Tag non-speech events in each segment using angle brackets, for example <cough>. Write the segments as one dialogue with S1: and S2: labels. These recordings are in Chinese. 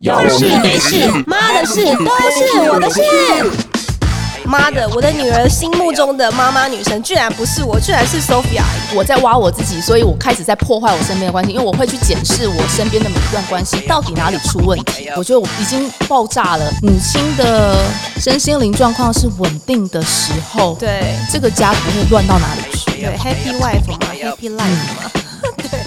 S1: 有事没事，
S2: 妈的事都是我的事。妈的，我的女儿心目中的妈妈女神居然不是我，居然是 Sophia。
S3: 我在挖我自己，所以我开始在破坏我身边的关系，因为我会去检视我身边的每一段关系到底哪里出问题。我觉得我已经爆炸了。母亲的身心灵状况是稳定的时候，
S2: 对哎
S3: 这个家不会乱到哪里去。
S2: 对，Happy Wife 嘛，Happy Life 嘛。 <laughs> 对。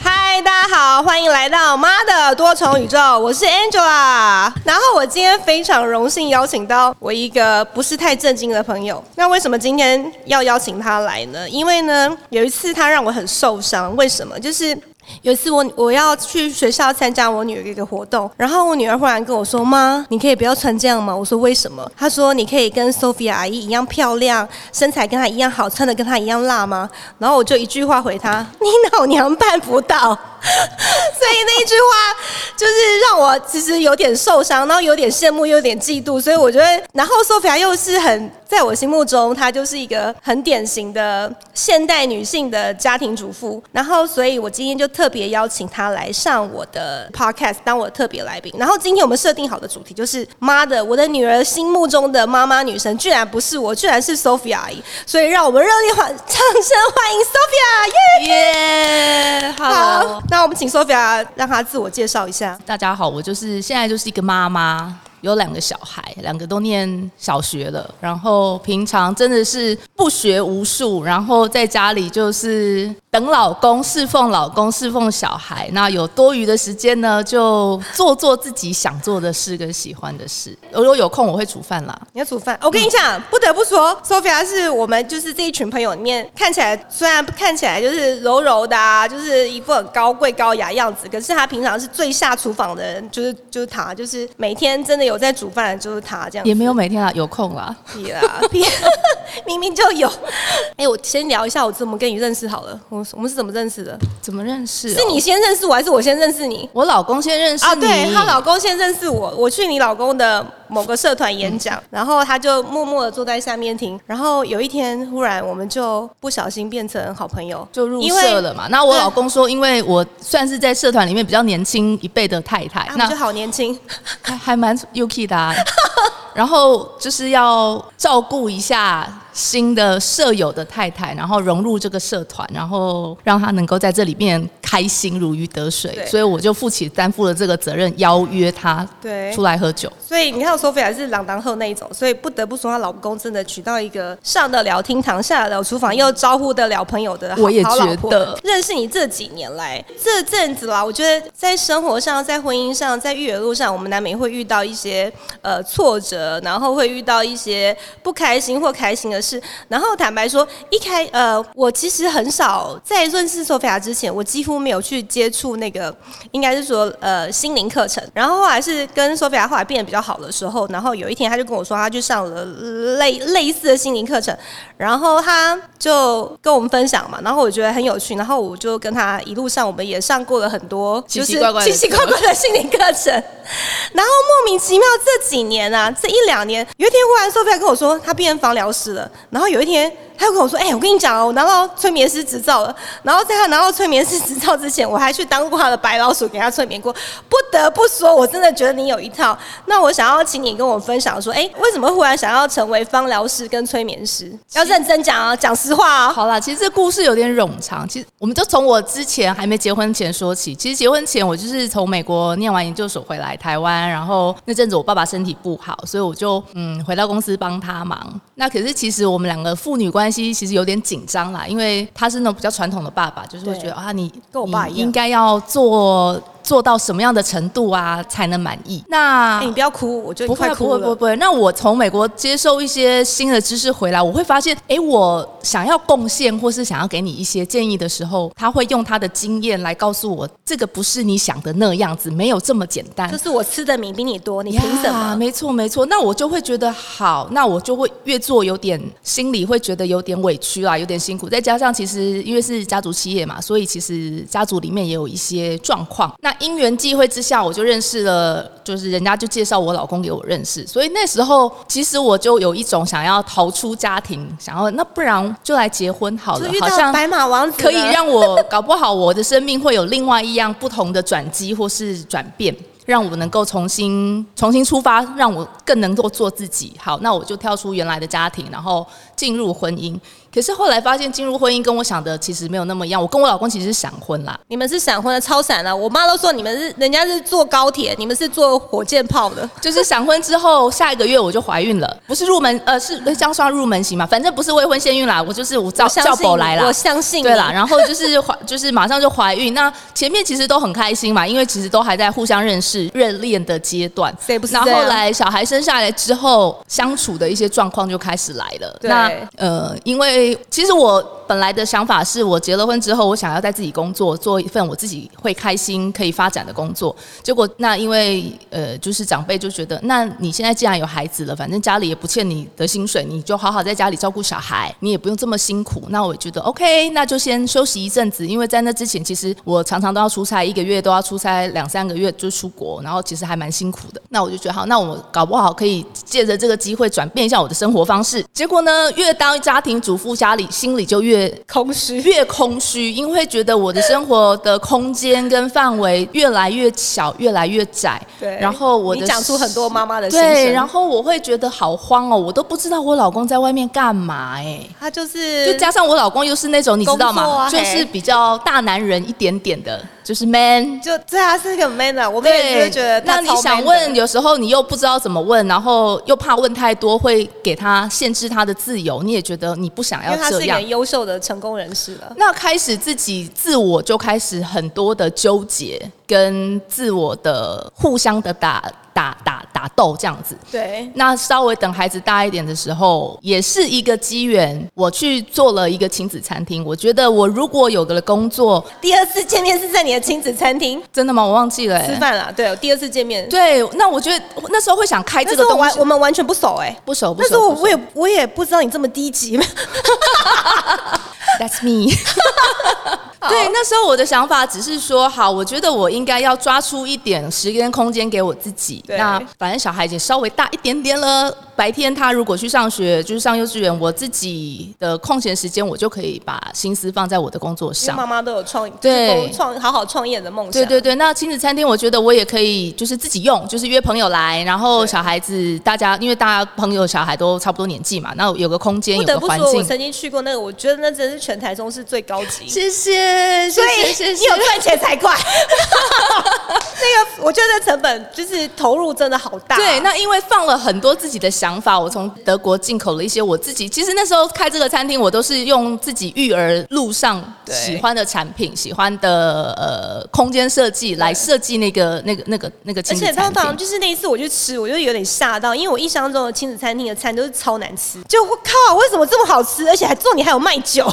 S2: 嗨，大家好，欢迎来到妈的多重宇宙，我是 Angela。然后我今天非常荣幸邀请到我一个不是太正经的朋友。那为什么今天要邀请他来呢？因为呢，有一次他让我很受伤。为什么？就是有一次我我要去学校参加我女儿的一个活动，然后我女儿忽然跟我说：“妈，你可以不要穿这样吗？”我说：“为什么？”她说：“你可以跟 Sophia 阿姨一样漂亮，身材跟她一样好，穿的跟她一样辣吗？”然后我就一句话回她：“你老娘办不到。”所以那一句话就是让我其实有点受伤，然后有点羡慕，有点嫉妒，所以我觉得，然后 Sophia 又是很在我心目中，她就是一个很典型的现代女性的家庭主妇，然后所以我今天就特别邀请她来上我的 podcast 当我的特别来宾，然后今天我们设定好的主题就是妈的，我的女儿心目中的妈妈女神居然不是我，居然是 Sophia 阿姨，所以让我们热烈欢掌声欢迎 Sophia，耶、
S3: 耶
S2: 好，那我们请 Sophia 让她自我介绍一下。
S3: 大家好，我就是现在就是一个妈妈，有两个小孩，两个都念小学了。然后平常真的是不学无术，然后在家里就是等老公，侍奉老公，侍奉小孩。那有多余的时间呢，就做做自己想做的事跟喜欢的事。如果有空，我会煮饭啦。
S2: 你要煮饭？我跟你讲，不得不说，Sophia 是我们就是这一群朋友里面看起来虽然看起来就是柔柔的啊，就是一副很高贵高雅样子，可是她平常是最下厨房的人，就是就是她，就是每天真的有在煮饭的就是她这样子。
S3: 也没有每天啦，有空啦。
S2: 屁啦，屁明明就
S3: <laughs>
S2: 有。哎、我先聊一下我怎么跟你认识好了。我我们是 <laughs> 怎么认识的？
S3: 怎么认识、
S2: 是你，先认识我，还是我先认识你？
S3: 我老公先认识你。
S2: 啊，对，她老公先认识我，我去你老公的某个社团演
S3: 嗯
S2: 讲，然后他就默默的坐在下面听，然后有一天忽然我们就不小心变成好朋友，
S3: 就入
S2: 因为
S3: 社了嘛。那我
S2: 对
S3: 老公说，因为我算是在社团里面比较年轻一辈的太太，
S2: 啊，我
S3: 那
S2: 们就好年轻，
S3: 还还蛮 UK 的、啊。 <laughs> 然后就是要照顾一下新的舍友的太太，然后融入这个社团，然后让她能够在这里面开心如鱼得水
S2: 对。
S3: 所以我就负起担负了这个责任，邀约她
S2: 对
S3: 出来喝酒。
S2: 所以你看，我 Sophia 还是朗当后那一种，所以不得不说，她老公真的娶到一个上得了厅堂、下得了厨房，又招呼得了朋友的好
S3: <laughs> 我也
S2: 好老
S3: 觉
S2: 婆
S3: 得
S2: 认识你这几年来，这阵子啦，我觉得在生活上、在婚姻上、在育儿路上，我们难免会遇到一些呃挫折，然后会遇到一些不开心或开心的事。然后坦白说，一开呃，我其实很少在认识 Sophia 之前，我几乎没有去接触那个，应该是说呃心灵课程。然后后来是跟 Sophia 后来变得比较好的时候，然后有一天他就跟我说，他去上了类类似的心灵课程，然后他就跟我们分享嘛，然后我觉得很有趣，然后我就跟他一路上我们也上过了很多
S3: 奇
S2: 就
S3: 奇
S2: 是
S3: 怪怪的
S2: 奇奇怪怪的心灵课程，然后莫名其妙这几年啊，这一两年，有一天忽然 Sophia 跟我说他变成房疗师了，然后有一天他又跟我说，哎、我跟你讲哦，我拿到催眠师执照了，然后在他拿到催眠师执照之前，我还去当过他的白老鼠给他催眠过，不得不说，我真的觉得你有一套。那我想要请你跟我分享说，哎、为什么忽然想要成为芳疗师跟催眠师？要认真讲啊，讲实话啊。
S3: 好啦，其实这故事有点冗长。其实我们就从我之前还没结婚前说起。其实结婚前我就是从美国念完研究所回来台湾，然后那阵子我爸爸身体不好，所以我就嗯回到公司帮他忙。那可是其实我们两个父女关系其实有点紧张啦，因为他是那种比较传统的爸爸，就是会
S2: 对
S3: 觉得啊你
S2: 跟我爸
S3: 你
S2: 一样
S3: 应该要做做到什么样的程度啊才能满意。那、
S2: 哎、你不要哭，我就
S3: 不会
S2: 快
S3: 不
S2: 哭
S3: 会不会
S2: 了。
S3: 不会。那我从美国接受一些新的知识回来，我会发现，诶，我想要贡献或是想要给你一些建议的时候，他会用他的经验来告诉我，这个不是你想的那样子，没有这么简单
S2: 就。是我吃的米比你多，你凭什
S3: 呀
S2: 么？
S3: 没错没错，那我就会觉得好，那我就会越做有点心里会觉得有点委屈啊啦，有点辛苦。再加上其实因为是家族企业嘛，所以其实家族里面也有一些状况。那因缘际会之下，我就认识了，就是人家就介绍我老公给我认识，所以那时候其实我就有一种想要逃出家庭，想要那不然就来结婚好
S2: 就
S3: 了
S2: 遇，
S3: 好
S2: 到
S3: 像
S2: 白马王子了啊
S3: <laughs> 可以让我搞不好我的生命会有另外一样不同的转机或是转变。让我能够重新重新出发，让我更能够做自己。好，那我就跳出原来的家庭，然后进入婚姻。可是后来发现，进入婚姻跟我想的其实没有那么一样。我跟我老公其实是闪婚啦，
S2: 你们是闪婚的，超闪了、我妈都说你们是人家是坐高铁，你们是坐火箭炮的。
S3: 就是闪婚之后，下一个月我就怀孕了，不是入门，呃，是这样算入门型嘛？反正不是未婚先孕啦，我就是我照
S2: 我相
S3: 照
S2: 信
S3: 宝来啦，
S2: 我相信
S3: 对
S2: 你
S3: 啦，然后就是怀， <laughs> 就是马上就怀孕。那前面其实都很开心嘛，因为其实都还在互相认识、认恋的阶段。
S2: 谁不是
S3: 然
S2: 这
S3: 后
S2: 样
S3: 来小孩生下来之后，相处的一些状况就开始来了。
S2: 对
S3: 那呃，因为其实我本来的想法是我结了婚之后，我想要在自己工作，做一份我自己会开心、可以发展的工作。结果那因为呃，就是长辈就觉得，那你现在既然有孩子了，反正家里也不欠你的薪水，你就好好在家里照顾小孩，你也不用这么辛苦。那我也觉得 OK，那就先休息一阵子，因为在那之前，其实我常常都要出差，一个月都要出差两三个月就出国，然后其实还蛮辛苦的。那我就觉得好，那我搞不好可以借着这个机会转变一下我的生活方式。结果呢，越当家庭主妇，家里心里就越 <laughs>
S2: 空虚，
S3: 越空虚，因为觉得我的生活的空间跟范围越来越小，越来越窄。
S2: 对
S3: 然后我的
S2: 你讲出很多妈妈的心声，
S3: 对，然后我会觉得好慌哦，我都不知道我老公在外面干嘛哎。
S2: 他就是
S3: 就加上我老公又是那种你知道吗？
S2: 工作啊
S3: 就
S2: 嘿
S3: 是比较大男人一点点的，就是 man。
S2: 就对啊，是个 man 的，我们也
S3: 对
S2: 是觉得，他
S3: 那你
S2: 超
S3: 想
S2: man 啊的
S3: 问，有时候你又不知道怎么问，然后又怕问太多会给他限制他的自由，你也觉得你不想
S2: 因
S3: 要
S2: 为他
S3: 这
S2: 是一
S3: 样
S2: 个。优秀的成功人士了。
S3: 那开始自己自我就开始很多的纠结，跟自我的互相的打打打打斗这样子。
S2: 对，
S3: 那稍微等孩子大一点的时候，也是一个机缘，我去做了一个亲子餐厅。我觉得我如果有了工作，
S2: 第二次见面是在你的亲子餐厅
S3: 真的吗？我忘记了、欸
S2: 吃饭啦，对，第二次见面，
S3: 对，那我觉得那时候会想开
S2: 那
S3: 这
S2: 时
S3: 个
S2: 候我
S3: 东
S2: 完
S3: 西
S2: 我，们完全不熟哎，
S3: 不熟不
S2: 那时候
S3: 熟不
S2: 我我也我也不知道你这么低级，
S3: ，That's me。对，
S2: <laughs>
S3: 那时候我的想法只是说，好，我觉得我应该要抓出一点时间空间给我自己。
S2: 对
S3: 那反正小孩已经稍微大一点点了，白天他如果去上学，就是上幼稚园，我自己的空闲时间，我就可以把心思放在我的工作
S2: 因为
S3: 上。
S2: 妈妈都有创
S3: 对
S2: 就是创好好创业的梦想，
S3: 对对对，那亲子餐厅我觉得我也可以，就是自己用，就是约朋友来，然后小孩子大家，因为大家朋友小孩都差不多年纪嘛，那有个空间，
S2: 不
S3: 有
S2: 得
S3: 个
S2: 不
S3: 环
S2: 说，我
S3: 境。
S2: 曾经去过那个，我觉得那真是全台中是最高级。
S3: 谢谢，谢
S2: 所
S3: 谢，
S2: 以
S3: 谢
S2: 你
S3: 谢
S2: 有。赚钱才怪。 <laughs> 那个，我觉得成本就是投入真的好大。
S3: 对，那因为放了很多自己的想法，我从德国进口了一些我自己。其实那时候开这个餐厅，我都是用自己育儿路上
S2: 对
S3: 喜欢的产品、喜欢的呃空间设计来设计那个那个那个那个
S2: 而
S3: 亲子
S2: 且
S3: 餐
S2: 通常
S3: 厅。
S2: 就是那一次我去吃，我就有点吓到，因为我印象中的亲子餐厅的餐都是超难吃，就我靠，为什么这么好吃？而且还重点还有卖酒，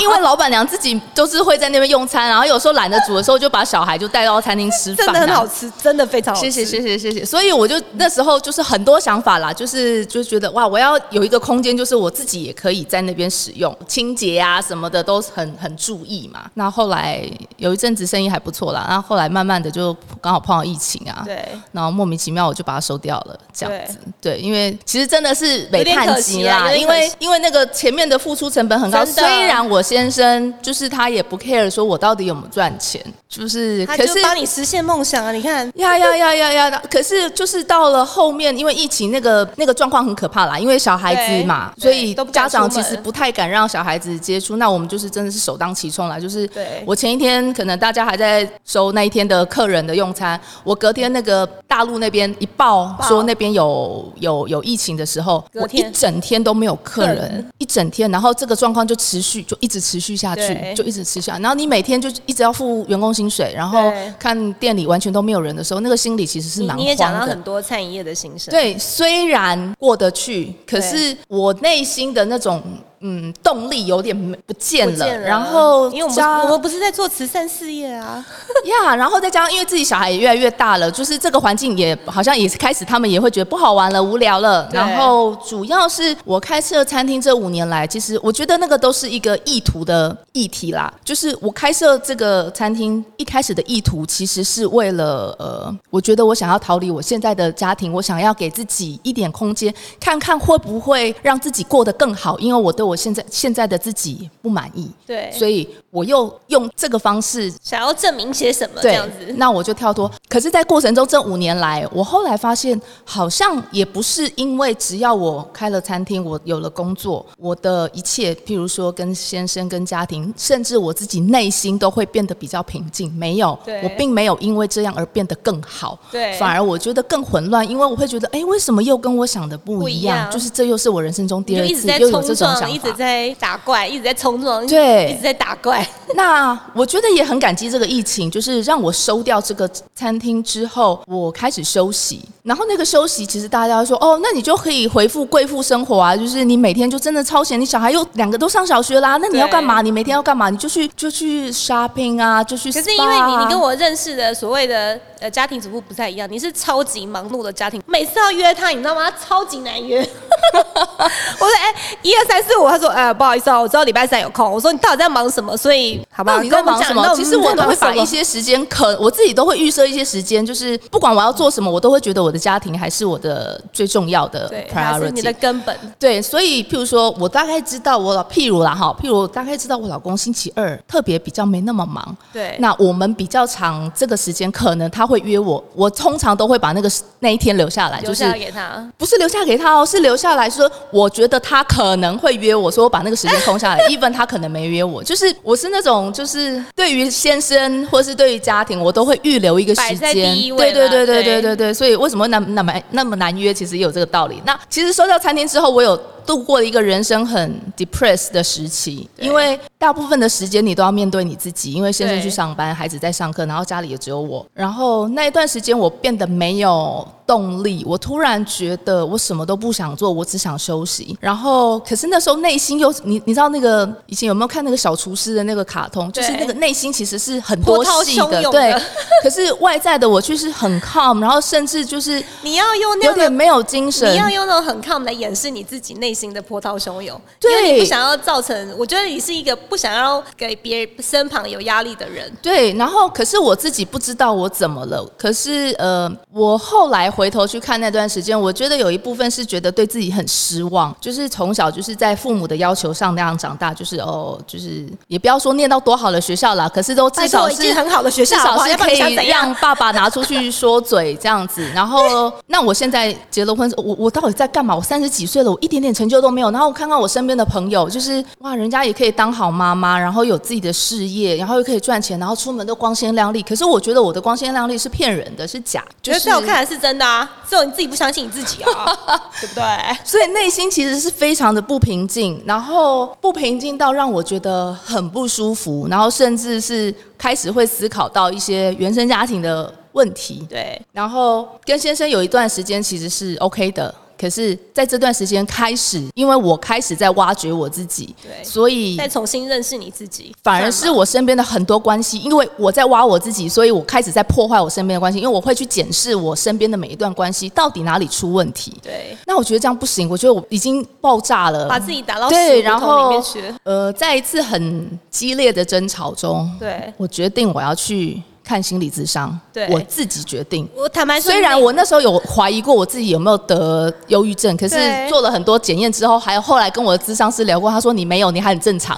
S3: 因因为老板娘自己都是会在那边用餐，然后有时候懒得煮的时候，就把小孩就带到餐厅吃
S2: 真
S3: 饭啊。
S2: 的很好吃，真的非常好
S3: 谢
S2: 吃。
S3: 谢谢谢谢谢，所以我就那时候就是很多想法啦，就是就觉得哇，我要有一个空间，就是我自己也可以在那边使用，清洁啊什么的都很很注意嘛。那后来有一阵子生意还不错啦，然后后来慢慢的就刚好碰到疫情啊，
S2: 对，
S3: 然后莫名其妙我就把它收掉了，这样子，对，因为其实真的是北
S2: 有点
S3: 叹
S2: 可
S3: 急
S2: 惜啦
S3: 啦，
S2: 有点
S3: 因
S2: 可惜
S3: 为因为那个前面的付出成本很高，
S2: 真的
S3: 虽然我先生就是他也不 care 说我到底有没有赚钱，就是
S2: 他
S3: 可
S2: 就是帮你实现梦想啊！你看，
S3: 呀呀呀呀呀！可是就是到了后面，因为疫情那个那个状况很可怕啦，因为小孩子嘛，
S2: 对
S3: 所以
S2: 都不敢
S3: 家长
S2: 出门
S3: 其实不太敢让小孩子接触。那我们就是真的是首当其冲啦，就是
S2: 对
S3: 我前一天可能大家还在收那一天的客人的用餐，我隔天那个大陆那边一报
S2: 报
S3: 说那边有有有疫情的时候，
S2: 隔
S3: 我一
S2: 天
S3: 整天都没有客
S2: 客人
S3: 人，一整天，然后这个状况就持续就一直持续下
S2: 对
S3: 去，就一直持续下去，然后你每天就一直要付员工薪水，然后
S2: 对
S3: 看店里完全都没有人的时候，那个心里其实是
S2: 你
S3: 蛮
S2: 你也讲到
S3: 慌
S2: 很
S3: 的。
S2: 多餐饮业的心声，
S3: 对，虽然过得去，可是我内心的那种嗯动力有点没不见
S2: 不
S3: 了。
S2: 见了。
S3: 然后
S2: 因为我们
S3: 加
S2: 我们不是在做慈善事业啊，
S3: 呀然后再加上因为自己小孩也越来越大了，就是这个环境也好像也是开始他们也会觉得不好玩了、无聊了。
S2: 对
S3: 然后主要是我开设餐厅这五年来，其实我觉得那个都是一个意图的议题啦。就是我开设这个餐厅一开始的意图，其实是为了呃，我觉得我想要逃离我现在的家庭，我想要给自己一点空间，看看会不会让自己过得更好，因为我对我现在现在的自己不满意，
S2: 对，
S3: 所以我又用这个方式
S1: 想要证明些什么这样子。
S3: 那我就跳脱。可是，在过程中这五年来，我后来发现，好像也不是因为只要我开了餐厅，我有了工作，我的一切，譬如说跟先生、跟家庭，甚至我自己内心都会变得比较平静。没有
S2: 对，
S3: 我并没有因为这样而变得更好，
S2: 对
S3: 反而我觉得更混乱，因为我会觉得，哎，为什么又跟我想的不
S1: 不
S3: 一
S1: 一
S3: 样？
S1: 样
S3: 就是这又是我人生中
S1: 你
S3: 第
S1: 就
S3: 二
S1: 一直
S3: 次
S1: 在
S3: 又有
S1: 冲
S3: 这种想法
S1: 撞，一直在打怪，一直在冲撞，
S3: 对
S1: 一直在打怪。
S3: <laughs> 那我觉得也很感激这个疫情，就是让我收掉这个餐厅之后，我开始休息。然后那个休息，其实大家说哦，那你就可以回复贵妇生活啊，就是你每天就真的超闲，你小孩又两个都上小学啦，那你要干嘛？你每天要干嘛？你就去就去 shopping 啊，就去 spa
S1: 可
S3: 啊、
S1: 是因为你，你跟我认识的所谓的呃家庭主妇不太一样，你是超级忙碌的家庭，每次要约他，你知道吗？他超级难
S3: <laughs>
S1: 约。
S2: 我说哎，一二三四五，他说呃不好意思
S1: 啊
S2: 哦，我知道礼拜三有空。我说你到底在忙什么？所以好吧，
S3: 到底在
S2: 跟我
S3: 忙
S2: 讲
S3: 什么
S2: 那？
S3: 啊其实我
S2: 们在
S3: 都会
S2: 忙什
S3: 把
S2: 么
S3: 一些时间可，我自己都会预设一些时间，就是不管我要做什么，我都会觉得我的家庭还是我的最重要的
S1: 对，他是
S3: priority。
S1: 你的根本。
S3: 对，所以譬如说，我大概知道我老，譬如啦哈，譬如我大概知道我老公星期二特别比较没那么忙，
S1: 对，
S3: 那我们比较长这个时间，可能他会约我，我通常都会把那个时那一天留下来，
S1: 留
S3: 就是
S1: 下给他。
S3: 不是留下给他哦，是留下来说，我觉得他可能会约我，所以我把那个时间空下来。
S1: <laughs>
S3: even 他可能没约我，就是我是那种，就是对于先生或是对于家庭，我都会预留一个时
S1: 摆在
S3: 间。
S1: 第一位
S3: 对
S1: 啦
S3: 对对对对
S1: 对
S3: 对对，所以为什么会那么那么那么难约，其实也有这个道理。那其实收到餐厅之后，我有度过了一个人生很 depressed 的时期，因为大部分的时间你都要面对你自己，因为先生去
S1: 对
S3: 上班，孩子在上课，然后家里也只有我。然后那一段时间，我变得没有动力，我突然觉得我什么都不想做，我只想休息。然后，可是那时候内心又你你知道那个以前有没有看那个小厨师的那个卡通，就是
S1: 对
S3: 那个内心其实是很多
S1: 波涛
S3: 戏的
S1: 汹，涌
S3: 对
S1: 的。
S3: 可是外在的我却是很 calm，然后甚至就是
S1: 你要用那
S3: 有
S1: 样
S3: 点
S1: 的。
S3: 没有精神
S1: 你。要用那种很 calm 来掩饰你自己内心的波涛汹涌，
S3: 对
S1: 因为你不想要造成，我觉得你是一个不想要给别人身旁有压力的人，
S3: 对，然后可是我自己不知道我怎么了。可是呃，我后来回头去看那段时间，我觉得有一部分是觉得对自己很失望，就是从小就是在父母的要求上那样长大，就是哦，就是也不要说念到多好的学校啦，可是都至
S2: 拜托
S3: 少
S2: 我已经
S3: 是
S2: 很好的学校
S3: 至
S2: 好不
S3: 少
S2: 好
S3: 是
S2: 要不然
S3: 可
S2: 你想
S3: 以
S2: 怎样
S3: 让爸爸拿出去说嘴这样子。然
S2: <laughs>
S3: 后，那我现在结了婚，我我到底在干嘛？我三十几岁了，我一点点成就都没有。然后我看看我身边的朋友，就是哇，人家也可以当好妈妈，然后有自己的事业，然后又可以赚钱，然后出门都光鲜亮丽。可是我觉得我的光鲜亮丽是骗人的，是假，
S1: 觉
S3: 就
S1: 得
S3: 是
S1: 在我看来是真的啊，只有你自己不相信你自己啊，对不对？
S3: 所以内心其实是非常的不平静，然后不平静到让我觉得很不舒服，然后甚至是开始会思考到一些原生家庭的问题。
S1: 对，
S3: 然后跟先生有一段时间其实是 OK 的，可是在这段时间开始，因为我开始在挖掘我自己，
S1: 对
S3: 所以
S1: 再重新认识你自己，
S3: 反而是
S1: 嘛
S3: 我身边的很多关系，因为我在挖我自己，所以我开始在破坏我身边的关系，因为我会去检视我身边的每一段关系到底哪里出问题。
S1: 对，
S3: 那我觉得这样不行，我觉得我已经爆炸了，
S1: 把自己打到死
S3: 对，
S1: 胡
S3: 然
S1: 同里
S3: 后
S1: 面去，
S3: 呃，在一次很激烈的争吵中，
S1: 对
S3: 我决定我要去看心理咨商，
S1: 对
S3: 我自己决定。
S1: 我坦白说，
S3: 虽然我那时候有怀疑过我自己有没有得忧郁症，可是
S1: 对
S3: 做了很多检验之后，还有后来跟我的咨商师聊过，他说你没有，你还很正 <laughs> 常。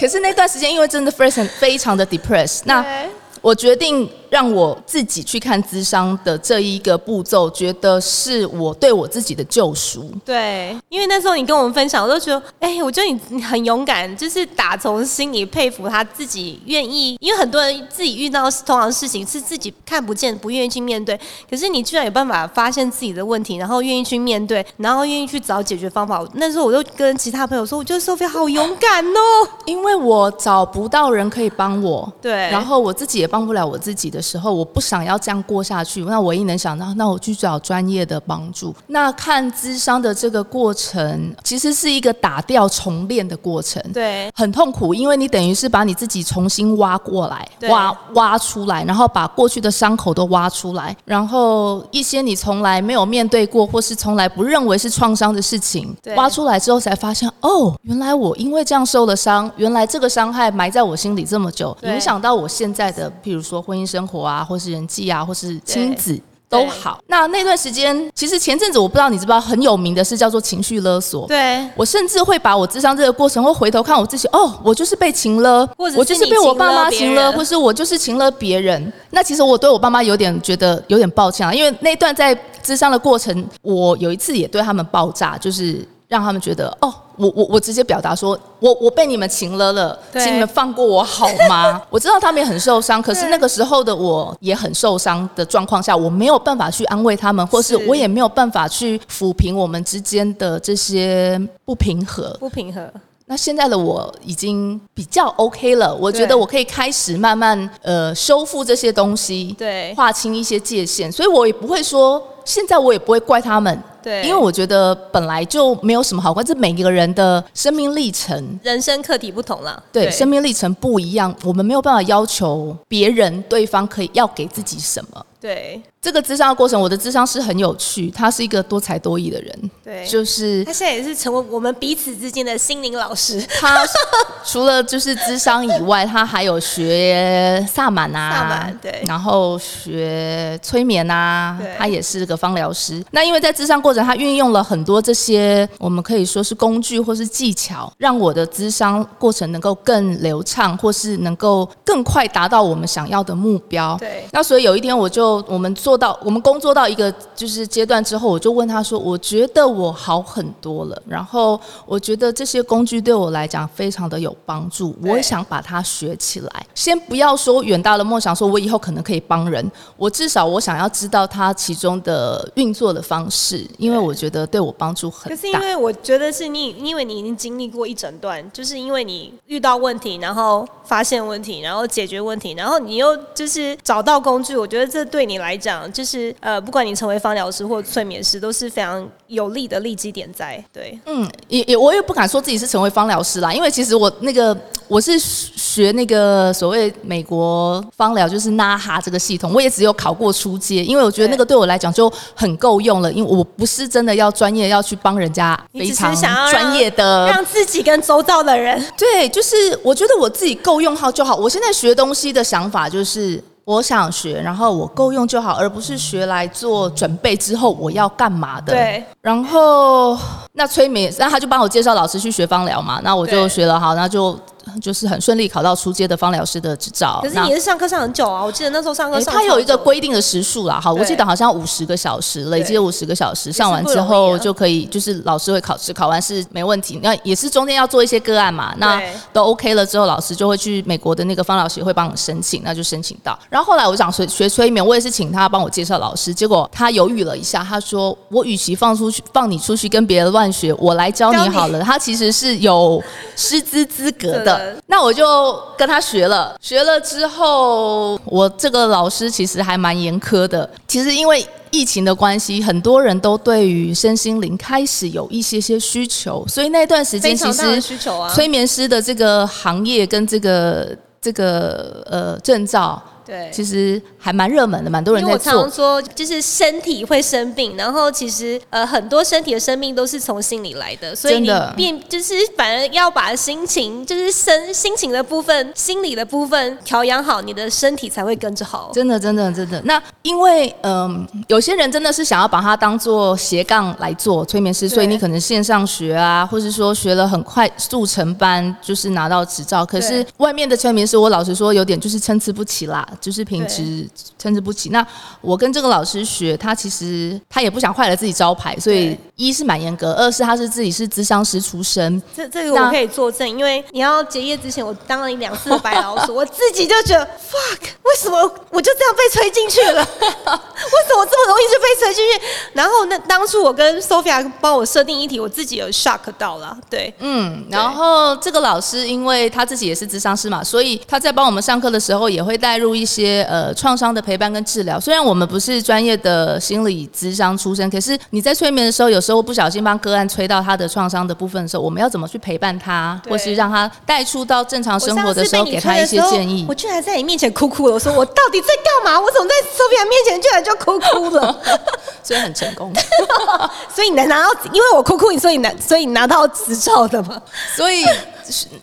S3: 可是那段时间因为真的非常非常的 depressed，那
S1: 对
S3: 我决定让我自己去看咨商的这一个步骤，觉得是我对我自己的救赎。
S1: 对，因为那时候你跟我们分享，我都觉得，哎、我觉得你你很勇敢，就是打从心里佩服他自己愿意，因为很多人自己遇到同样的事情是自己看不见、不愿意去面对，可是你居然有办法发现自己的问题，然后愿意去面对，然后愿意去找解决方法。那时候我就跟其他朋友说，我觉得 Sophie 好勇敢哦，
S3: 因为我找不到人可以帮我，
S1: 对
S3: 然后我自己也帮不了我自己的时候，我不想要这样过下去。那我唯一能想到，那我去找专业的帮助。那看咨商的这个过程，其实是一个打掉重练的过程，
S1: 对
S3: 很痛苦，因为你等于是把你自己重新挖过来，
S1: 对
S3: 挖挖出来，然后把过去的伤口都挖出来，然后一些你从来没有面对过，或是从来不认为是创伤的事情，
S1: 对
S3: 挖出来之后才发现，哦，原来我因为这样受了伤，原来这个伤害埋在我心里这么久，
S1: 对
S3: 影响到我现在的，譬如说婚姻生活啊，或是人际啊，或是亲子。都好。那那段时间，其实前阵子我不知道你知不知道，很有名的是叫做情绪勒索。
S2: 对，
S3: 我甚至会把我智商这个过程，会回头看我自己，哦，我就是被情勒，
S2: 或者是
S3: 我就是被我爸妈情
S2: 你情勒别
S3: 勒，
S2: 人
S3: 或是我就是情勒别人。那其实我对我爸妈有点觉得有点抱歉啊，因为那段在智商的过程，我有一次也对他们爆炸，就是让他们觉得，哦，我我我直接表达说，我我被你们情勒了，
S2: 对
S3: 请你们放过我好
S2: <laughs>
S3: 吗？我知道他们也很受伤，可是那个时候的我也很受伤的状况下，我没有办法去安慰他们，或是
S2: 是
S3: 我也没有办法去抚平我们之间的这些不平和。
S2: 不平衡，
S3: 那现在的我已经比较 OK 了，我觉
S2: 对
S3: 得我可以开始慢慢呃修复这些东西，
S2: 对
S3: 划清一些界限，所以我也不会说，现在我也不会怪他们。
S2: 对
S3: 因为我觉得本来就没有什么好怪，这每一个人的生命历程，
S2: 人生课题不同啦。
S3: 对生命历程不一样，我们没有办法要求别人对方可以要给自己什么。
S2: 对
S3: 这个智商的过程，我的智商是很有趣，他是一个多才多艺的人，
S2: 对，哎
S3: 就是
S2: 他现在也是成为我们彼此之间的心灵老师。
S3: 他 <laughs> 除了就是智商以外，他还有学萨满啊，
S2: 萨满对
S3: 然后学催眠啊
S2: 对，
S3: 他也是个芳疗师。那因为在智商过程，他运用了很多这些我们可以说是工具或是技巧，让我的智商过程能够更流畅，或是能够更快达到我们想要的目标。
S2: 对
S3: 那所以有一天，我就我们做到，我们工作到一个就是阶段之后，我就问他说：“我觉得我好很多了，然后我觉得这些工具对我来讲非常的有帮助，
S2: 对
S3: 我也想把它学起来。先不要说远大的梦想，说我以后可能可以帮人，我至少我想要知道它其中的运作的方式，因为我觉得对我帮助很
S2: 可
S3: 大。
S2: 是因为我觉得是你，因为你已经经历过一整段，就是因为你遇到问题，然后发现问题，然后解决问题，然后你又就是找到工具。我觉得这对你来讲，就是呃，不管你成为芳疗师或催眠师，都是非常有利的利基点在。对，
S3: 嗯，也也我也不敢说自己是成为芳疗师啦，因为其实我那个我是学那个所谓美国芳疗，就是纳哈这个系统，我也只有考过初阶，因为我觉得那个对我来讲就很够用了，因为我不是真的要专业要去帮人家
S2: 你
S3: 非
S2: 只是
S3: 常
S2: 想要让
S3: 专业的
S2: 让自己跟周遭的人
S3: 对，就是我觉得我自己够用好就好。我现在学东西的想法就是。我想学，然后我够用就好，而不是学来做准备之后我要干嘛的。
S2: 对。
S3: 然后那催眠，那他就帮我介绍老师去学芳疗嘛，那我就
S2: 对
S3: 学了，好，那就就是很顺利考到初阶的芳疗师的执照。
S2: 可是
S3: 那
S2: 你也是上课上很久啊，我记得那时候上课
S3: 诶
S2: 上、
S3: 它有一个，规定的时数啦，好，我
S2: 对
S3: 记得好像五十个小时，累积
S2: 对
S3: 五十个小时，
S2: 是
S3: 上完之
S2: 不容易
S3: 后
S2: 啊
S3: 就可以，就是老师会考试，考完试没问题。那也是中间要做一些个案嘛，那
S2: 对
S3: 都 OK 了之后，老师就会去美国的那个方老师会帮我申请，那就申请到。然后后来我想学学催眠，我也是请他帮我介绍老师，结果他犹豫了一下，他说：“我与其放出去放你出去跟别人乱学，我来教你
S2: 教你
S3: 好了。”他其实是有师资资格
S2: 是
S3: 的
S2: 的。
S3: 那我就跟他学了，学了之后，我这个老师其实还蛮严苛的。其实因为疫情的关系，很多人都对于身心灵开始有一些些需求，所以那段时
S2: 非
S3: 间其
S2: 常大的
S3: 实
S2: 需求啊。
S3: 催眠师的这个行业跟这个这个呃证照，
S2: 对，
S3: 其实还蛮热门的，蛮多人
S2: 因为
S3: 在
S2: 我常常。
S3: 做
S2: 说，就是身体会生病，然后其实呃很多身体的生病都是从心里来的，所以
S3: 真
S2: 你
S3: 的
S2: 变就是反而要把心情，就是身心情的部分、心理的部分调养好，你的身体才会跟着好。
S3: 真的，真的，真的。那因为嗯、有些人真的是想要把它当做斜杠来做催眠师，
S2: 对
S3: 所以你可能线上学啊，或是说学了很快速成班，就是拿到执照。可是外面的催眠师，我老实说有点就是参差不齐啦，就是品质参差不齐。那我跟这个老师学，他其实他也不想坏了自己招牌，所以
S2: 对
S3: 一是蛮严格，二是他是自己是咨商师出身，
S2: 这这个我
S3: 那
S2: 可以作证，因为你要结业之前，我当了你两次的白老鼠，我 <laughs> 自己就觉得 fuck，为什么我就这样被吹进去了？ <laughs> 为什么这么容易就被吹进去？然后那当初我跟 Sophia 帮我设定议题，我自己有 shock 到了，对，
S3: 嗯，然后这个老师因为他自己也是智商师嘛，所以他在帮我们上课的时候也会带入一些呃创伤的陪伴跟治疗。虽然我们不是专业的心理智商出身，可是你在催眠的时候，有时候不小心帮个案吹到他的创伤的部分的时候，我们要怎么去陪伴他，
S2: 对
S3: 或是让他带出到正常
S2: 我
S3: 生活的时
S2: 上
S3: 候，
S2: 次被你
S3: 给
S2: 催
S3: 他
S2: 的
S3: 一些
S2: 时候
S3: 建议
S2: 我。居然在你面前哭哭了，我说我到底在干嘛？我怎么在 Sophia 面前居然就哭哭了？ <laughs>
S3: 所以很成功。
S2: 所以你能拿到，因为我哭哭，你所以拿，所以你拿到执照的嘛？
S3: <laughs> 所以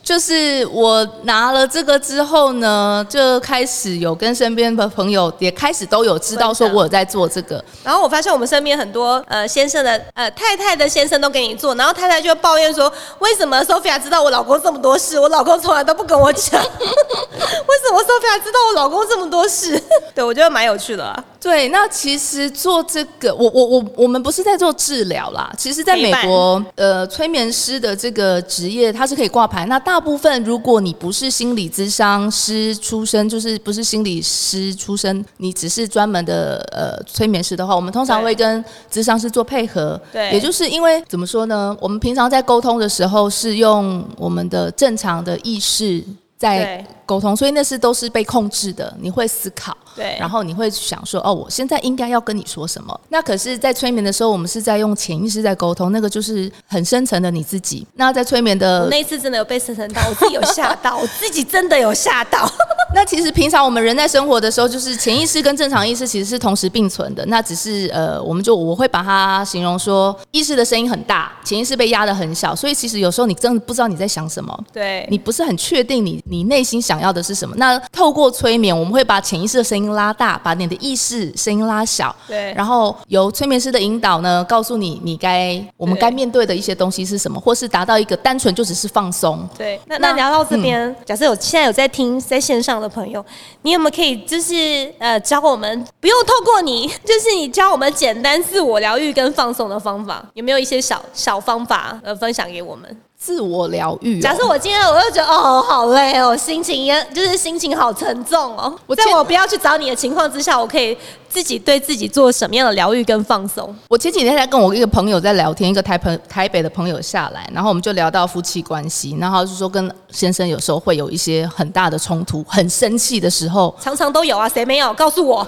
S3: 就是我拿了这个之后呢，就开始有跟身边的朋友也开始都有知道说我有在做这个，
S2: 然后我发现我们身边很多呃先生的呃太太的先生都给你做，然后太太就抱怨说，为什么 Sophia 知道我老公这么多事，我老公从来都不跟我讲，为 <laughs> 什么 Sophia 知道我老公这么多事？ <laughs> 对我觉得蛮有趣的啊。
S3: 对，那其实做这个，我我我我们不是在做治疗啦，其实在美国，呃，催眠师的这个职业它是可以挂牌。那大部分如果你不是心理咨商师出身，就是不是心理师出身，你只是专门的呃催眠师的话，我们通常会跟咨商师做配合。
S2: 对
S3: 也就是因为怎么说呢，我们平常在沟通的时候是用我们的正常的意识在
S2: 对
S3: 沟通，所以那是都是被控制的，你会思考。
S2: 对
S3: 然后你会想说，哦，我现在应该要跟你说什么？那可是，在催眠的时候，我们是在用潜意识在沟通，那个就是很深层的你自己。那在催眠
S2: 我
S3: 的，
S2: 那一次真的有被深深到，我自己有吓到，我自己真的有吓到。 <laughs>
S3: 那其实平常我们人在生活的时候，就是潜意识跟正常意识其实是同时并存的。那只是呃，我们就我会把它形容说，意识的声音很大，潜意识被压得很小，所以其实有时候你真的不知道你在想什么。
S2: 对
S3: 你不是很确定你你内心想要的是什么。那透过催眠，我们会把潜意识的声音拉大，把你的意识声音拉小，
S2: 对
S3: 然后由催眠师的引导呢，告诉你你该我们该面对的一些东西是什么，或是达到一个单纯就只是放松。
S2: 对，那嗯
S3: 那
S2: 那聊到这边，假设有现在有在听在线上的朋友，你有没有可以就是呃教我们，不用透过你， <laughs> 就是你教我们简单自我疗愈跟放松的方法，有没有一些小小方法呃分享给我们？
S3: 自我疗愈哦、
S2: 假设我今天我就觉得哦好累哦，心情也就是心情好沉重哦，
S3: 我
S2: 在
S3: 前
S2: 我不要去找你的情况之下，我可以自己对自己做什么样的疗愈跟放松？
S3: 我前几天在跟我一个朋友在聊天，一个台朋台北的朋友下来，然后我们就聊到夫妻关系，然后他就说跟先生有时候会有一些很大的冲突，很生气的时候，
S2: 常常都有啊，谁没有？告诉我。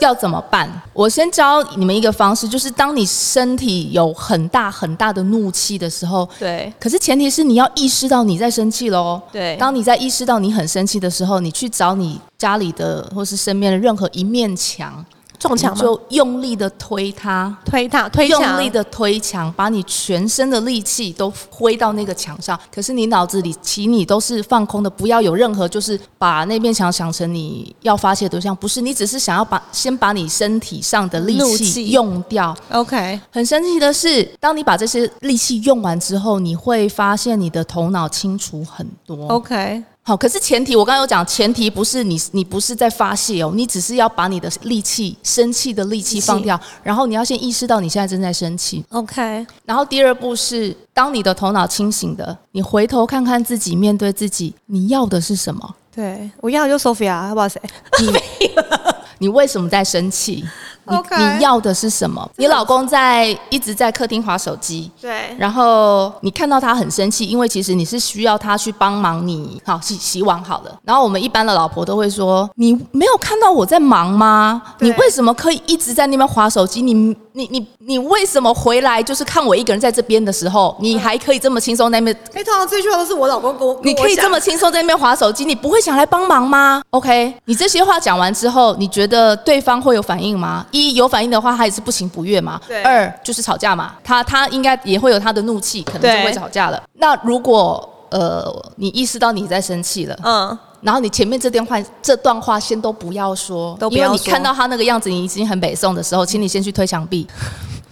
S3: 要怎么办？我先教你们一个方式，就是当你身体有很大很大的怒气的时候，
S2: 对
S3: 可是前提是你要意识到你在生气喽。
S2: 对
S3: 当你在意识到你很生气的时候，你去找你家里的或是身边的任何一面墙，
S2: 撞墙
S3: 你
S2: 吗
S3: 就用力的推它。
S2: 推他推
S3: 用
S2: 墙
S3: 力的推墙，把你全身的力气都挥到那个墙上。可是你脑子里，请你都是放空的，不要有任何就是把那面墙想成你要发泄的对象，不是，你只是想要把先把你身体上的力
S2: 怒
S3: 气
S2: 气
S3: 用掉。
S2: ，OK，
S3: 很神奇的是，当你把这些力气用完之后，你会发现你的头脑清楚很多。
S2: OK，
S3: 好，可是前提我刚刚有讲，前提不是你你不是在发泄哦，你只是要把你的力气、生气的力气放掉，然后你要先意识到你现在正在生气。
S2: OK，
S3: 然后第二步是，当你的头脑清醒的，你回头看看自己，面对自己，你要的是什么？
S2: 对我要就 Sophia，要不要
S3: 啊
S2: 谁？
S3: 你你为什么在生气？你
S2: OK
S3: 你要的是什么？你老公在一直在客厅划手机。
S2: 对
S3: 然后你看到他很生气，因为其实你是需要他去帮忙你，好洗洗碗好了。然后我们一般的老婆都会说：“你没有看到我在忙吗？
S2: 对
S3: 你为什么可以一直在那边划手机？你你你你为什么回来就是看我一个人在这边的时候，你还可以这么轻松在那边
S2: 哎、通常这句话都是我老公跟我，
S3: 你可以这么轻松在那边划手机，你不会想来帮忙吗？OK，你这些话讲完之后，你觉得对方会有反应吗？一有反应的话，他也是不情不愿嘛
S2: 对。
S3: 二就是吵架嘛，他他应该也会有他的怒气，可能
S2: 对
S3: 就会吵架了。那如果呃，你意识到你在生气了，
S2: 嗯，
S3: 然后你前面这段话这段话先都不要说，
S2: 都不
S3: 因为
S2: 要
S3: 你
S2: 说
S3: 看到他那个样子，你已经很北宋的时候，请你先去推墙壁， <laughs>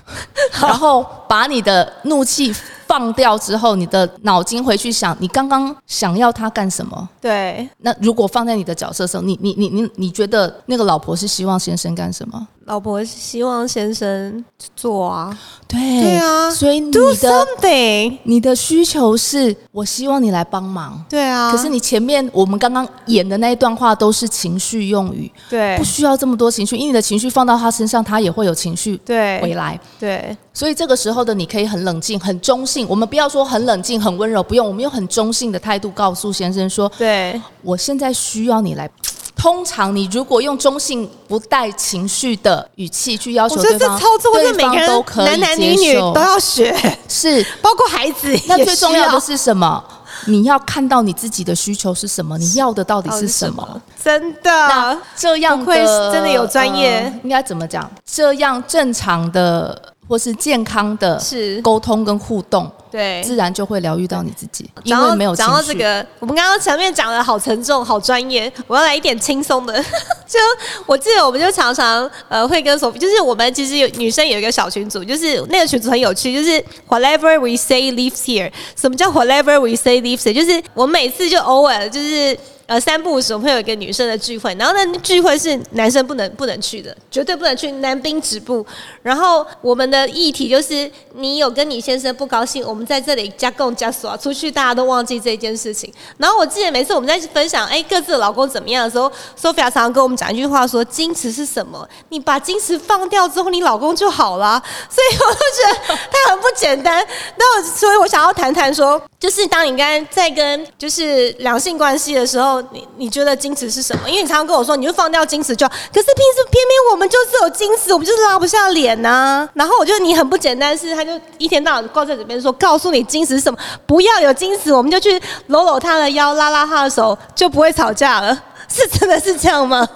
S3: 然后把你的怒气放掉之后，你的脑筋回去想，你刚刚想要他干什么？
S2: 对，
S3: 那如果放在你的角色上，你你你你你觉得那个老婆是希望先生干什么？
S2: 老婆希望先生做啊
S3: 对
S2: 对啊
S3: 所以你
S2: ，do
S3: 的
S2: something，
S3: 你的需求是我希望你来帮忙。
S2: 对啊，
S3: 可是你前面我们刚刚演的那一段话都是情绪用语，
S2: 对
S3: 不需要这么多情绪，因为你的情绪放到他身上，他也会有情绪回
S2: 对
S3: 来。
S2: 对
S3: 所以这个时候的你可以很冷静、很中性。我们不要说很冷静、很温柔，不用，我们用很中性的态度告诉先生说
S2: 对：“
S3: 我现在需要你来。”通常你如果用中性、不带情绪的语气去要求
S2: 我觉
S3: 对
S2: 得这
S3: 方，
S2: 操作
S3: 对
S2: 是每
S3: 方
S2: 个人
S3: 都可以
S2: 男男女
S3: 接
S2: 女
S3: 受
S2: 都要
S3: <laughs>
S2: 学，
S3: 是。
S2: 包括孩子也需。
S3: 那最重要的是什么？你要看到你自己的需求是什么，你要的到底是什么？
S2: 真
S3: 那
S2: 的，
S3: 这样
S2: 不愧
S3: 的
S2: 是真的有专业
S3: 呃应该怎么讲？这样正常的。或是健康的
S2: 是
S3: 沟通跟互动，
S2: 对，
S3: 自然就会疗愈到你自己，因
S2: 讲到
S3: 为没有情
S2: 讲到
S3: 绪
S2: 这个，我们刚刚前面讲的好沉重、好专业，我要来一点轻松的。就我记得，我们就常常呃会跟所，就是我们其实有女生有一个小群组，就是那个群组很有趣，就是 whatever we say lives here。什么叫 whatever we say lives here？就是我每次就偶尔就是。呃，三不五时我们会有一个女生的聚会，然后那聚会是男生不能不能去的，绝对不能去，男兵止步。然后我们的议题就是，你有跟你先生不高兴，我们在这里加共加索啊，出去大家都忘记这件事情。然后我记得每次我们在分享，哎，各自的老公怎么样的时候，Sophia 常常跟我们讲一句话说，矜持是什么？你把矜持放掉之后，你老公就好啦。所以我就觉得他很不简单。那我所以我想要谈谈说，就是当你刚才在跟就是两性关系的时候，你你觉得矜持是什么？因为你常常跟我说，你就放掉矜持就好。可是平时偏偏我们就是有矜持，我们就是拉不下脸呐、然后我觉得你很不简单，是他就一天到晚挂在嘴边说，告诉你矜持是什么，不要有矜持，我们就去搂搂他的腰，拉拉他的手，就不会吵架了。是真的是这样吗？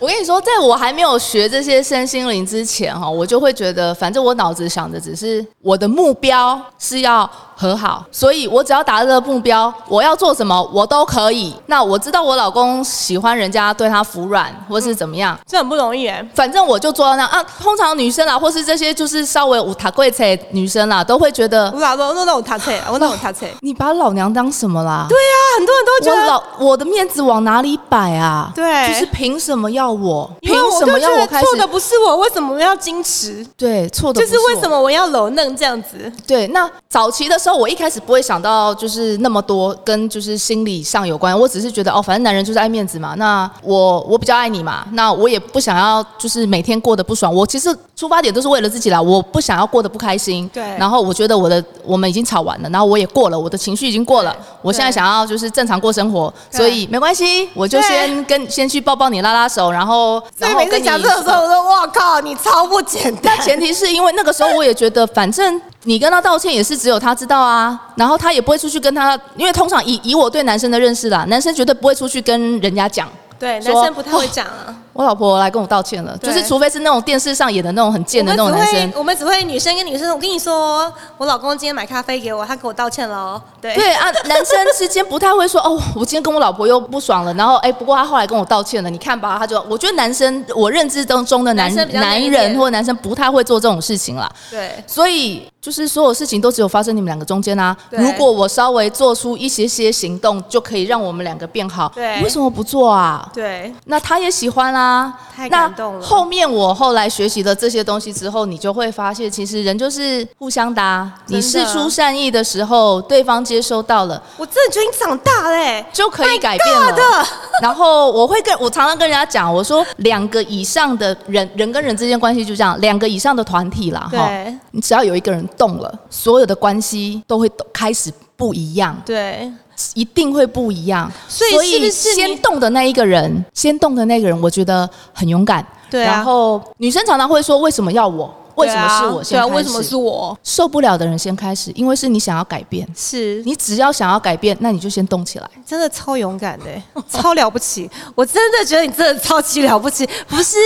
S3: 我跟你说，在我还没有学这些身心灵之前，哈，我就会觉得，反正我脑子想的只是我的目标是要和好，所以我只要达到这个目标，我要做什么我都可以。那我知道我老公喜欢人家对他服软，或是怎么样，
S2: 这很不容易哎。
S3: 反正我就做到那样啊。通常女生啦，或是这些就是稍微五塔贵菜女生啦，都会觉得
S2: 我老公弄弄我他车，我弄我他车。
S3: 你把老娘当什么啦？
S2: 对啊，啊很多人都觉
S3: 我
S2: 得
S3: 老我的面子往哪里摆啊？
S2: 对
S3: 就是凭什么要我？
S2: 因
S3: 凭
S2: 为我
S3: 什
S2: 就
S3: 么
S2: 觉
S3: 要
S2: 得
S3: 我开始
S2: 错？的不是我，为什么要矜持？
S3: 对，错的
S2: 就
S3: 不
S2: 是
S3: 我
S2: 为什么我要搂嫩这样子？
S3: 对，那早期的时候，我一开始不会想到就是那么多跟就是心理上有关，我只是觉得哦，反正男人就是爱面子嘛，那我我比较爱你嘛，那我也不想要就是每天过得不爽，我其实出发点都是为了自己啦，我不想要过得不开心，
S2: 对
S3: 然后我觉得我的我们已经吵完了，然后我也过了，我的情绪已经过了，我现在想要就是正常过生活，所以没关系，我就
S2: 对
S3: 先跟先去抱抱你，拉拉手，然后
S2: 所
S3: 然
S2: 以
S3: 后
S2: 每次
S3: 跟你
S2: 讲这种时候，我说哇靠，你超不简单。 <laughs>
S3: 但前提是因为那个时候我也觉得，反正你跟他道歉也是只有他知道啊，然后他也不会出去跟他，因为通常以以我对男生的认识啦，男生绝对不会出去跟人家讲。
S2: 对，男
S3: 说
S2: 生不太会讲啊，
S3: 我老婆来跟我道歉了，
S2: 对
S3: 就是除非是那种电视上演的那种很
S2: 我
S3: 贱的
S2: 们
S3: 那
S2: 只
S3: 种男生
S2: 会，我们只会女生跟女生。我跟你说，我老公今天买咖啡给我，他给我道歉了哦。对，
S3: 对啊，男生之间不太会说 <laughs> 哦，我今天跟我老婆又不爽了，然后哎，不过他后来跟我道歉了，你看吧，他就我觉得男生我认知当中的男
S2: 男生比较内敛
S3: 人或男生不太会做这种事情啦，
S2: 对
S3: 所以就是所有事情都只有发生你们两个中间啊。
S2: 对
S3: 如果我稍微做出一些些行动，就可以让我们两个变好。
S2: 对
S3: 你为什么不做啊？
S2: 对
S3: 那他也喜欢啦、
S2: 太感动了
S3: 那后面我后来学习了这些东西之后，你就会发现，其实人就是互相的、啊。
S2: 真的
S3: 你释出善意的时候，对方接收到了，
S2: 我真的觉得你长大嘞，
S3: 就可以改变了。 <laughs> 然后我会跟我常常跟人家讲，我说两个以上的人人跟人之间关系就这样，两个以上的团体啦，
S2: 对
S3: 齁你只要有一个人动了，所有的关系都会开始不一样，
S2: 对，
S3: 一定会不一样。
S2: 所以是不是你
S3: 先动的那一个人，先动的那个人，我觉得很勇敢。
S2: 对啊
S3: 然后女生常常会说，为什么要我？为什么是我
S2: 对
S3: 先
S2: 啊，
S3: 开
S2: 对
S3: 始？
S2: 啊为什么是我？
S3: 受不了的人先开始？因为是你想要改变，
S2: 是
S3: 你只要想要改变，那你就先动起来。
S2: 真的超勇敢的
S3: <laughs>
S2: 欸、
S3: 哦
S2: 超了不起！我真的觉得你真的超级了不起。不是，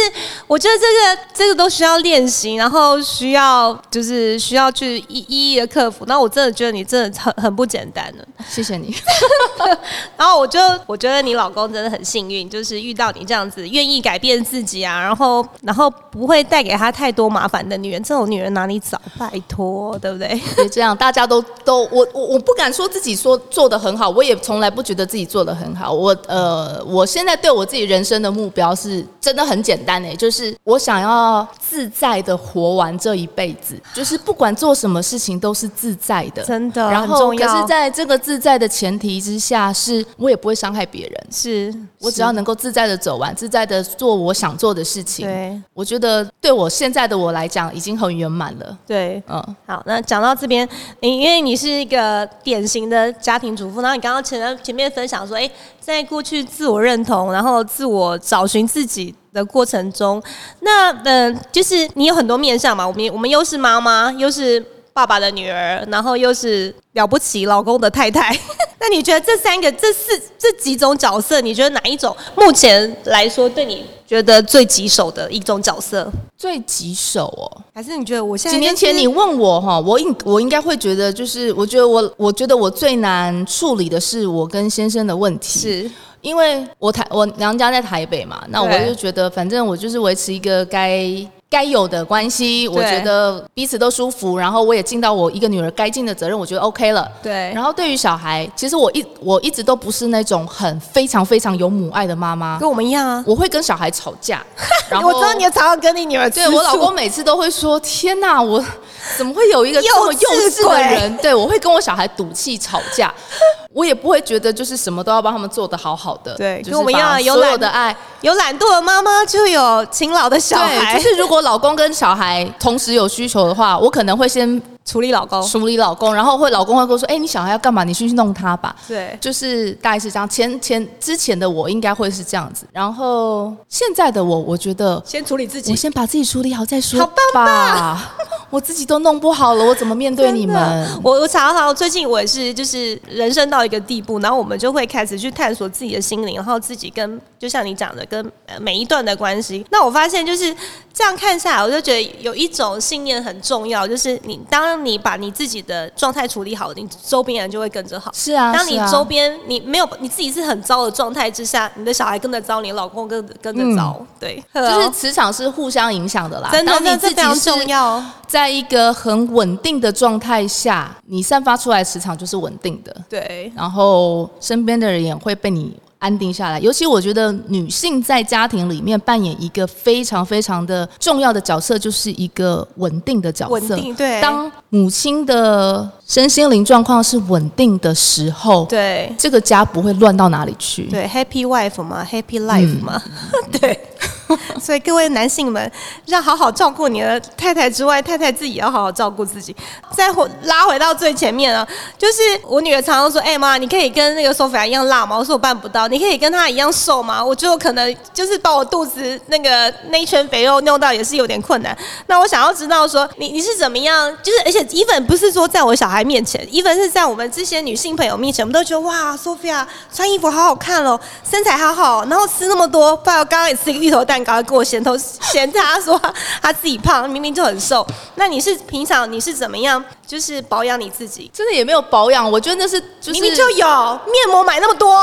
S2: 我觉得这个这个都需要练习，然后需要就是需要去一一一的克服。那我真的觉得你真的很很不简单的。
S3: 谢谢你。
S2: 然后我就我觉得你老公真的很幸运，就是遇到你这样子愿意改变自己啊，然后然后不会带给他太多麻烦的女人，这种女人哪里找？拜托，对不对？
S3: 别这样，大家都都我我我不敢说自己说做的很好，我也从来不觉得自己做的很好。我呃，我现在对我自己人生的目标是真的很简单诶、欸就是我想要自在的活完这一辈子，就是不管做什么事情都是自在的，
S2: 真的
S3: 然
S2: 很
S3: 后
S2: 重
S3: 可
S2: 要
S3: 是在这个自在的前提之下，是我也不会伤害别人。
S2: 是
S3: 我只要能够自在的走完，自在的做我想做的事情，
S2: 对
S3: 我觉得对我现在的我来讲已经很圆满了。
S2: 对
S3: 嗯，
S2: 好，那讲到这边，你因为你是一个典型的家庭主妇，然后你刚刚前前面分享说，哎、在过去自我认同，然后自我找寻自己的过程中，那嗯、呃就是你有很多面向嘛，我们我们又是妈妈，又是爸爸的女儿，然后又是了不起老公的太太。 <laughs> 那你觉得这三个、这四、这几种角色，你觉得哪一种目前来说对你觉得最棘手的一种角色？
S3: 最棘手哦。
S2: 还是你觉得我现在
S3: 几年
S2: 啊就是
S3: 前你问我哈，我应我应该会觉得，就是我觉得我我觉得我最难处理的是我跟先生的问题，
S2: 是
S3: 因为我台我娘家在台北嘛，那我
S2: 对
S3: 就觉得反正我就是维持一个该该有的关系，我
S2: 对
S3: 觉得彼此都舒服，然后我也尽到我一个女儿该尽的责任，我觉得 OK 了。
S2: 对
S3: 然后对于小孩，其实我一我一直都不是那种很非常非常有母爱的妈妈，
S2: 跟我们一样啊？
S3: 我会跟小孩吵
S2: <laughs>
S3: 架，然后
S2: 我知道你有常常跟你女儿吃
S3: 对我老
S2: 醋
S3: 公每次都会说：“天哪，我怎么会有一个这么幼稚的人？”对我会跟我小孩赌气吵架，我也不会觉得就是什么都要帮他们做的好好的。
S2: 对
S3: 就是
S2: 跟我们一样啊
S3: 把
S2: 有
S3: 所有
S2: 懒
S3: 的爱。
S2: 有懒惰的妈妈，就有勤劳的小
S3: 对，
S2: 孩，
S3: 就是如果老公跟小孩同时有需求的话，我可能会先
S2: 处理老公。
S3: 处理老公，然后会老公会跟我说：“哎、你小孩要干嘛？你去弄他吧。”
S2: 对，
S3: 就是大概是这样。前前之前的我应该会是这样子，然后现在的我，我觉得
S2: 先处理自
S3: 我先把自己处理好再说
S2: 好
S3: 吧。
S2: <laughs>
S3: 我自己都弄不好了，我怎么面对你们？
S2: 我我常常最近我也是，就是人生到一个地步，然后我们就会开始去探索自己的心灵，然后自己跟就像你讲的，跟呃每一段的关系。那我发现就是这样看下来，我就觉得有一种信念很重要，就是你当你把你自己的状态处理好，你周边人就会跟着好。
S3: 是啊，
S2: 当你
S3: 是啊
S2: 周边你没有你自己是很糟的状态之下，你的小孩跟着糟，你的老公跟着跟着糟，对，啊
S3: 就是磁场是互相影响的
S2: 嗯
S3: 啦。
S2: 哦真的，
S3: 当
S2: 真
S3: 你
S2: 的
S3: 自
S2: 这非
S3: 己
S2: 常
S3: 是
S2: 重要。
S3: 在一个很稳定的状态下，你散发出来的磁场就是稳定的，
S2: 对，
S3: 然后身边的人也会被你。安定下来，尤其我觉得女性在家庭里面扮演一个非常非常的重要的角色，就是一个稳定的角色。
S2: 稳定对，
S3: 当母亲的身心灵状况是稳定的时候，
S2: 对
S3: 这个家不会乱到哪里去。
S2: 对，Happy Wife 嘛，Happy Life 嘛， <laughs> 对。所以各位男性们，要好好照顾你的太太之外，太太自己也要好好照顾自己。再回拉回到最前面啊，就是我女儿常常说：“哎、妈，你可以跟那个 Sophia 一样辣吗？”我说：“我办不到。”你可以跟她一样瘦吗？我觉得我可能就是把我肚子那个那一圈肥肉弄到也是有点困难。那我想要知道说，你你是怎么样？就是而且 even 不是说在我小孩面前，even 是在我们这些女性朋友面前，我们都觉得哇，Sophia 穿衣服好好看哦，身材好好，然后吃那么多，不然我刚刚也吃一个芋头蛋糕，还跟我嫌头嫌她说 <laughs> 她自己胖，明明就很瘦。那你是平常你是怎么样？就是保养你自己，
S3: 真的也没有保养，我觉得那是就是
S2: 明明就有面膜买那么多，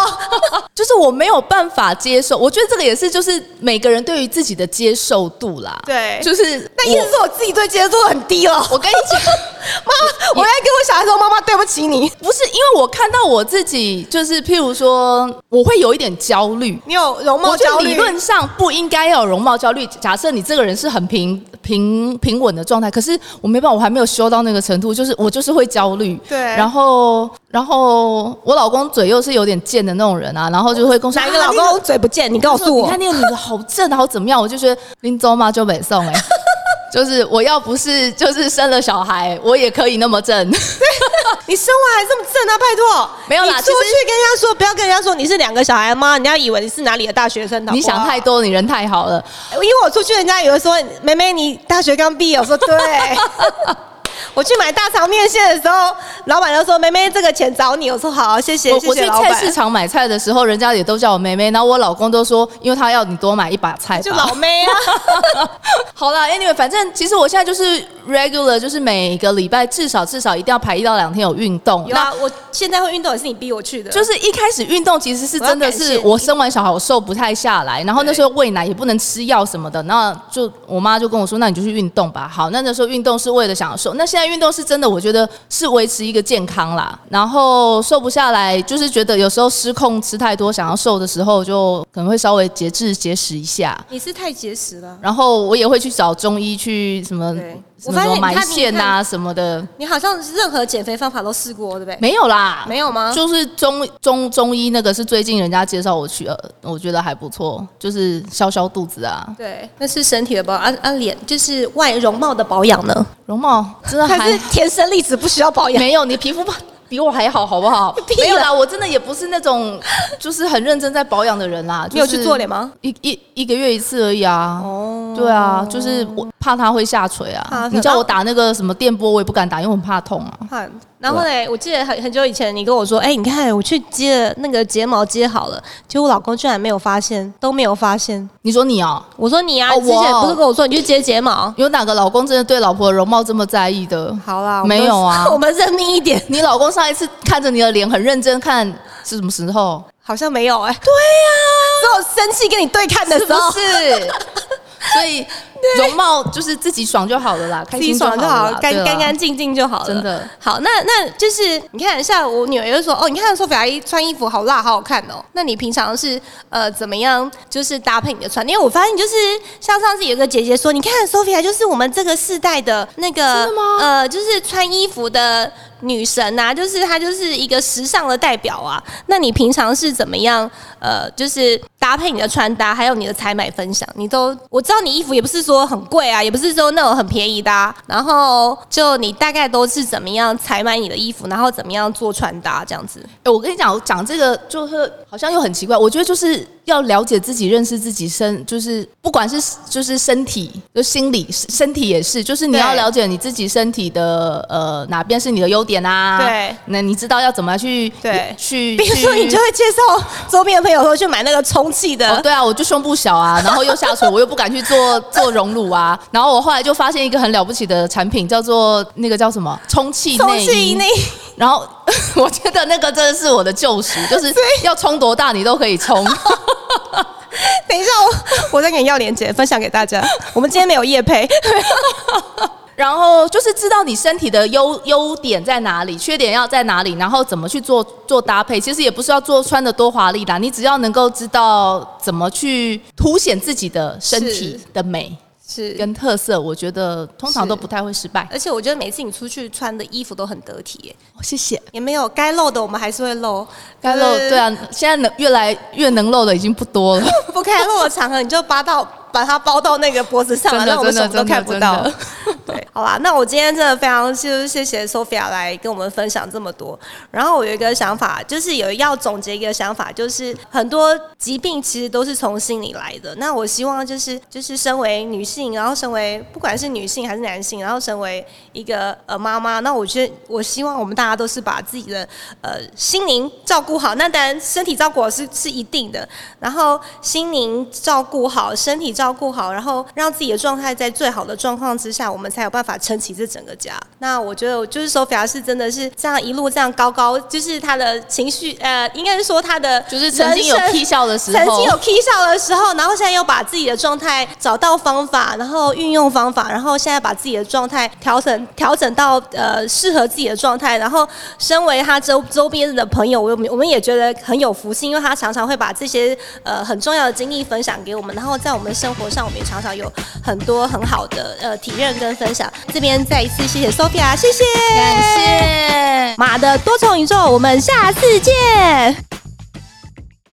S3: 就是我没有办法接受。我觉得这个也是就是每个人对于自己的接受度啦。
S2: 对
S3: 就是
S2: 那意思
S3: 我
S2: 是我自己对接受度很低了。
S3: 我跟你 <laughs> 讲，
S2: 妈，我在跟我小孩说，妈妈对不起你。
S3: 不是因为我看到我自己，就是譬如说，我会有一点焦虑。
S2: 你有容貌
S3: 我觉
S2: 焦
S3: 得
S2: 虑？
S3: 理论上不应该要有容貌焦虑。假设你这个人是很平平平稳的状态，可是我没办法，我还没有修到那个程度，就是我就是会焦虑。
S2: 对
S3: 然后然后我老公嘴又是有点贱的那种人啊，然后就会跟我说
S2: 哪一个老公嘴不见？你告
S3: 啊那个
S2: 诉
S3: 你
S2: 我
S3: 看。那个女的好正，好怎么样？我就觉得林州嘛就
S2: <laughs>
S3: 北宋哎。就是我要不是就是生了小孩，我也可以那么
S2: <laughs>
S3: 正。
S2: 你生完还这么正啊？拜托，
S3: 没有啦
S2: 你出
S3: 其实
S2: 去跟人家说，不要跟人家说你是两个小孩妈，人家以为你是哪里的大学生。好不好
S3: 你想太，多，你人太好了。
S2: 因为我出去，人家以为说妹妹你大学刚毕业，我说
S3: <laughs>
S2: 对。我去买大肠面线的时候，老板就说：“妹妹，这个钱找你。”我说：“好，谢谢，
S3: 我
S2: 谢
S3: 我
S2: 谢
S3: 去
S2: 老
S3: 菜市
S2: 板。
S3: 场买菜的时候，人家也都叫我妹妹，然后我老公都说，因为他要你多买一把菜吧。”
S2: 就老妹啊，
S3: 好啦 a n y w a y 反正其实我现在就是 regular，就是每个礼拜至少至少一定要排一到两天有运动。
S2: 有啊，我现在会运动也是你逼我去的，
S3: 就是一开始运动其实是真
S2: 我
S3: 的
S2: 要
S3: 是
S2: 感谢你
S3: 我生完小孩我瘦不太下来，然后那时候喂奶也不能吃药什么的，那就我妈就跟我说，那你就去运动吧。好，那那时候运动是为了想要瘦，那现在运动是真的，我觉得是维持一个健康啦。然后瘦不下来，就是觉得有时候失控吃太多，想要瘦的时候就可能会稍微节制节食一下。
S2: 你是太节食了。
S3: 然后我也会去找中医去什么
S2: 对
S3: 什
S2: 我
S3: 么
S2: 发现
S3: 什么
S2: 你
S3: 埋
S2: 看你
S3: 线啊什么的，
S2: 你好像任何减肥方法都试过，对不对？
S3: 没有啦，
S2: 没有吗？
S3: 就是中中中医那个是最近人家介绍我去，呃，我觉得还不错，就是消消肚子啊。
S2: 对，那是身体的保养，啊啊脸就是外容貌的保养呢， <laughs>
S3: 容貌真的
S2: 还
S3: 还
S2: 是天生丽质不需要保养？
S3: 没有，你皮肤比我还好，好不好？
S2: <laughs> 屁啦
S3: 没有啦，我真的也不是那种就是很认真在保养的人啦。
S2: 你有
S3: 就是
S2: 去做脸吗？
S3: 一一一个月一次而已啊。
S2: 哦，
S3: 对啊，就是我怕它会下垂
S2: 怕
S3: 啊
S2: 它。
S3: 你叫我打那个什么电波，我也不敢打，因为我很怕痛啊。
S2: 看，然后嘞，我记得很很久以前，你跟我说，哎、你看我去接了那个睫毛接好了，结果我老公居然没有发现，都没有发现。
S3: 你说你哦，
S2: 我说你啊，
S3: 哦
S2: 你之前
S3: 我
S2: 不是跟我说你去接睫毛？
S3: 有哪个老公真的对老婆的容貌这么在意的？
S2: 好啦，我们
S3: 没有啊
S2: <laughs> 我们认命一点，
S3: 你老公上一次看着你的脸很认真看是什么时候？
S2: 好像没有哎、对呀、只有生气跟你对看的
S3: 啊是
S2: 时
S3: 不
S2: 候， <laughs>
S3: 是？所以容貌就是自己爽就好了啦，开
S2: 自己
S3: 心
S2: 爽就好
S3: 好了
S2: 了，
S3: 啦，
S2: 干
S3: 对啦啊
S2: 干干净净就好了。
S3: 真的。
S2: 好，那那就是你看，像我女儿就说，哦，你看索菲亚一穿衣服好辣，好好看哦。那你平常是呃怎么样，就是搭配你的穿？因为我发现就是像上次有一个姐姐说，你看索菲亚就是我们这个世代的那个
S3: 真的吗
S2: 呃，就是穿衣服的。女神啊，就是她，就是一个时尚的代表啊。那你平常是怎么样？呃，就是搭配你的穿搭，还有你的采买分享，你都我知道你衣服也不是说很贵啊，也不是说那种很便宜的、啊，然后就你大概都是怎么样采买你的衣服，然后怎么样做穿搭这样
S3: <laughs>
S2: 子。
S3: 哎、我跟你讲，我讲这个就是好像又很奇怪。我觉得就是要了解自己、认识自己身，就是不管是就是身体，就心理、身体也是，就是你
S2: 对
S3: 要了解你自己身体的呃哪边是你的优点啊。
S2: 对，
S3: 那你知道要怎么去
S2: 对
S3: 去，
S2: 比如说，
S3: 去
S2: 你就会介绍周边的朋友说去买那个充气的， <laughs>
S3: 哦，对啊，我就胸部小啊， <laughs> 然后又下垂，我又不敢去做 <laughs> 做隆乳啊。然后我后来就发现一个很了不起的产品，叫做那个叫什么充气
S2: 充
S3: 内
S2: 气
S3: 衣。
S2: 内衣
S3: 然后 <laughs> 我觉得那个真的是我的
S2: <laughs>
S3: 救赎，就是要充多大你都可以充。
S2: 等一下我我再给你要链接分享给大家。我们今天没有夜
S3: <laughs>
S2: 配，
S3: 然后就是知道你身体的优优点在哪里，缺点要在哪里，然后怎么去做做搭配。其实也不是要做穿的多华丽啦，你只要能够知道怎么去凸显自己的身体
S2: 是
S3: 的美
S2: 是
S3: 跟特色，我觉得通常都
S2: 是
S3: 不太会失败。
S2: 而且我觉得每次你出去穿的衣服都很得体耶，
S3: 哦谢谢。
S2: 也没有该露的我们还是会露，
S3: 该露
S2: 就是
S3: 对啊，现在能越来越能露的已经不多了。
S2: <laughs> 不开路的场合，你就扒到把它包到那个脖子上了，
S3: 真的
S2: 让我们什
S3: 真的
S2: 么都看不
S3: 真的
S2: 到
S3: 真。
S2: <laughs> 对，好啦，那我今天真的非常就是谢谢 Sophia 来跟我们分享这么多。然后我有一个想法，就是有要总结一个想法，就是很多疾病其实都是从心里来的。那我希望就是就是身为女性，然后身为不管是女性还是男性，然后身为一个呃妈妈，那我觉得我希望我们大家都是把自己的呃心灵照顾好。那当然身体照顾好是是一定的，然后心灵照顾好，身体照顾好，然后让自己的状态在最好的状况之下，我们才有办法撑起这整个家。那我觉得，就是 Sophia 是真的是这样一路这样高高，就是她的情绪，呃，应该是说她的
S3: 就是曾经有
S2: 人生
S3: 踢笑的时
S2: 曾
S3: 候
S2: 经，有 K 笑的时候，然后现在又把自己的状态找到方法，然后运用方法，然后现在把自己的状态调整调整到呃适合自己的状态，然后身为他周周边的朋友，我们我们也觉得很有福气，因为他常常会把这些呃很重要的经历分享给我们，然后在我们生活上，我们也常常有很多很好的呃体验跟分享。这边再一次谢谢 Sophia，谢谢，
S3: 感谢。
S2: 马的多重宇宙，我们下次见。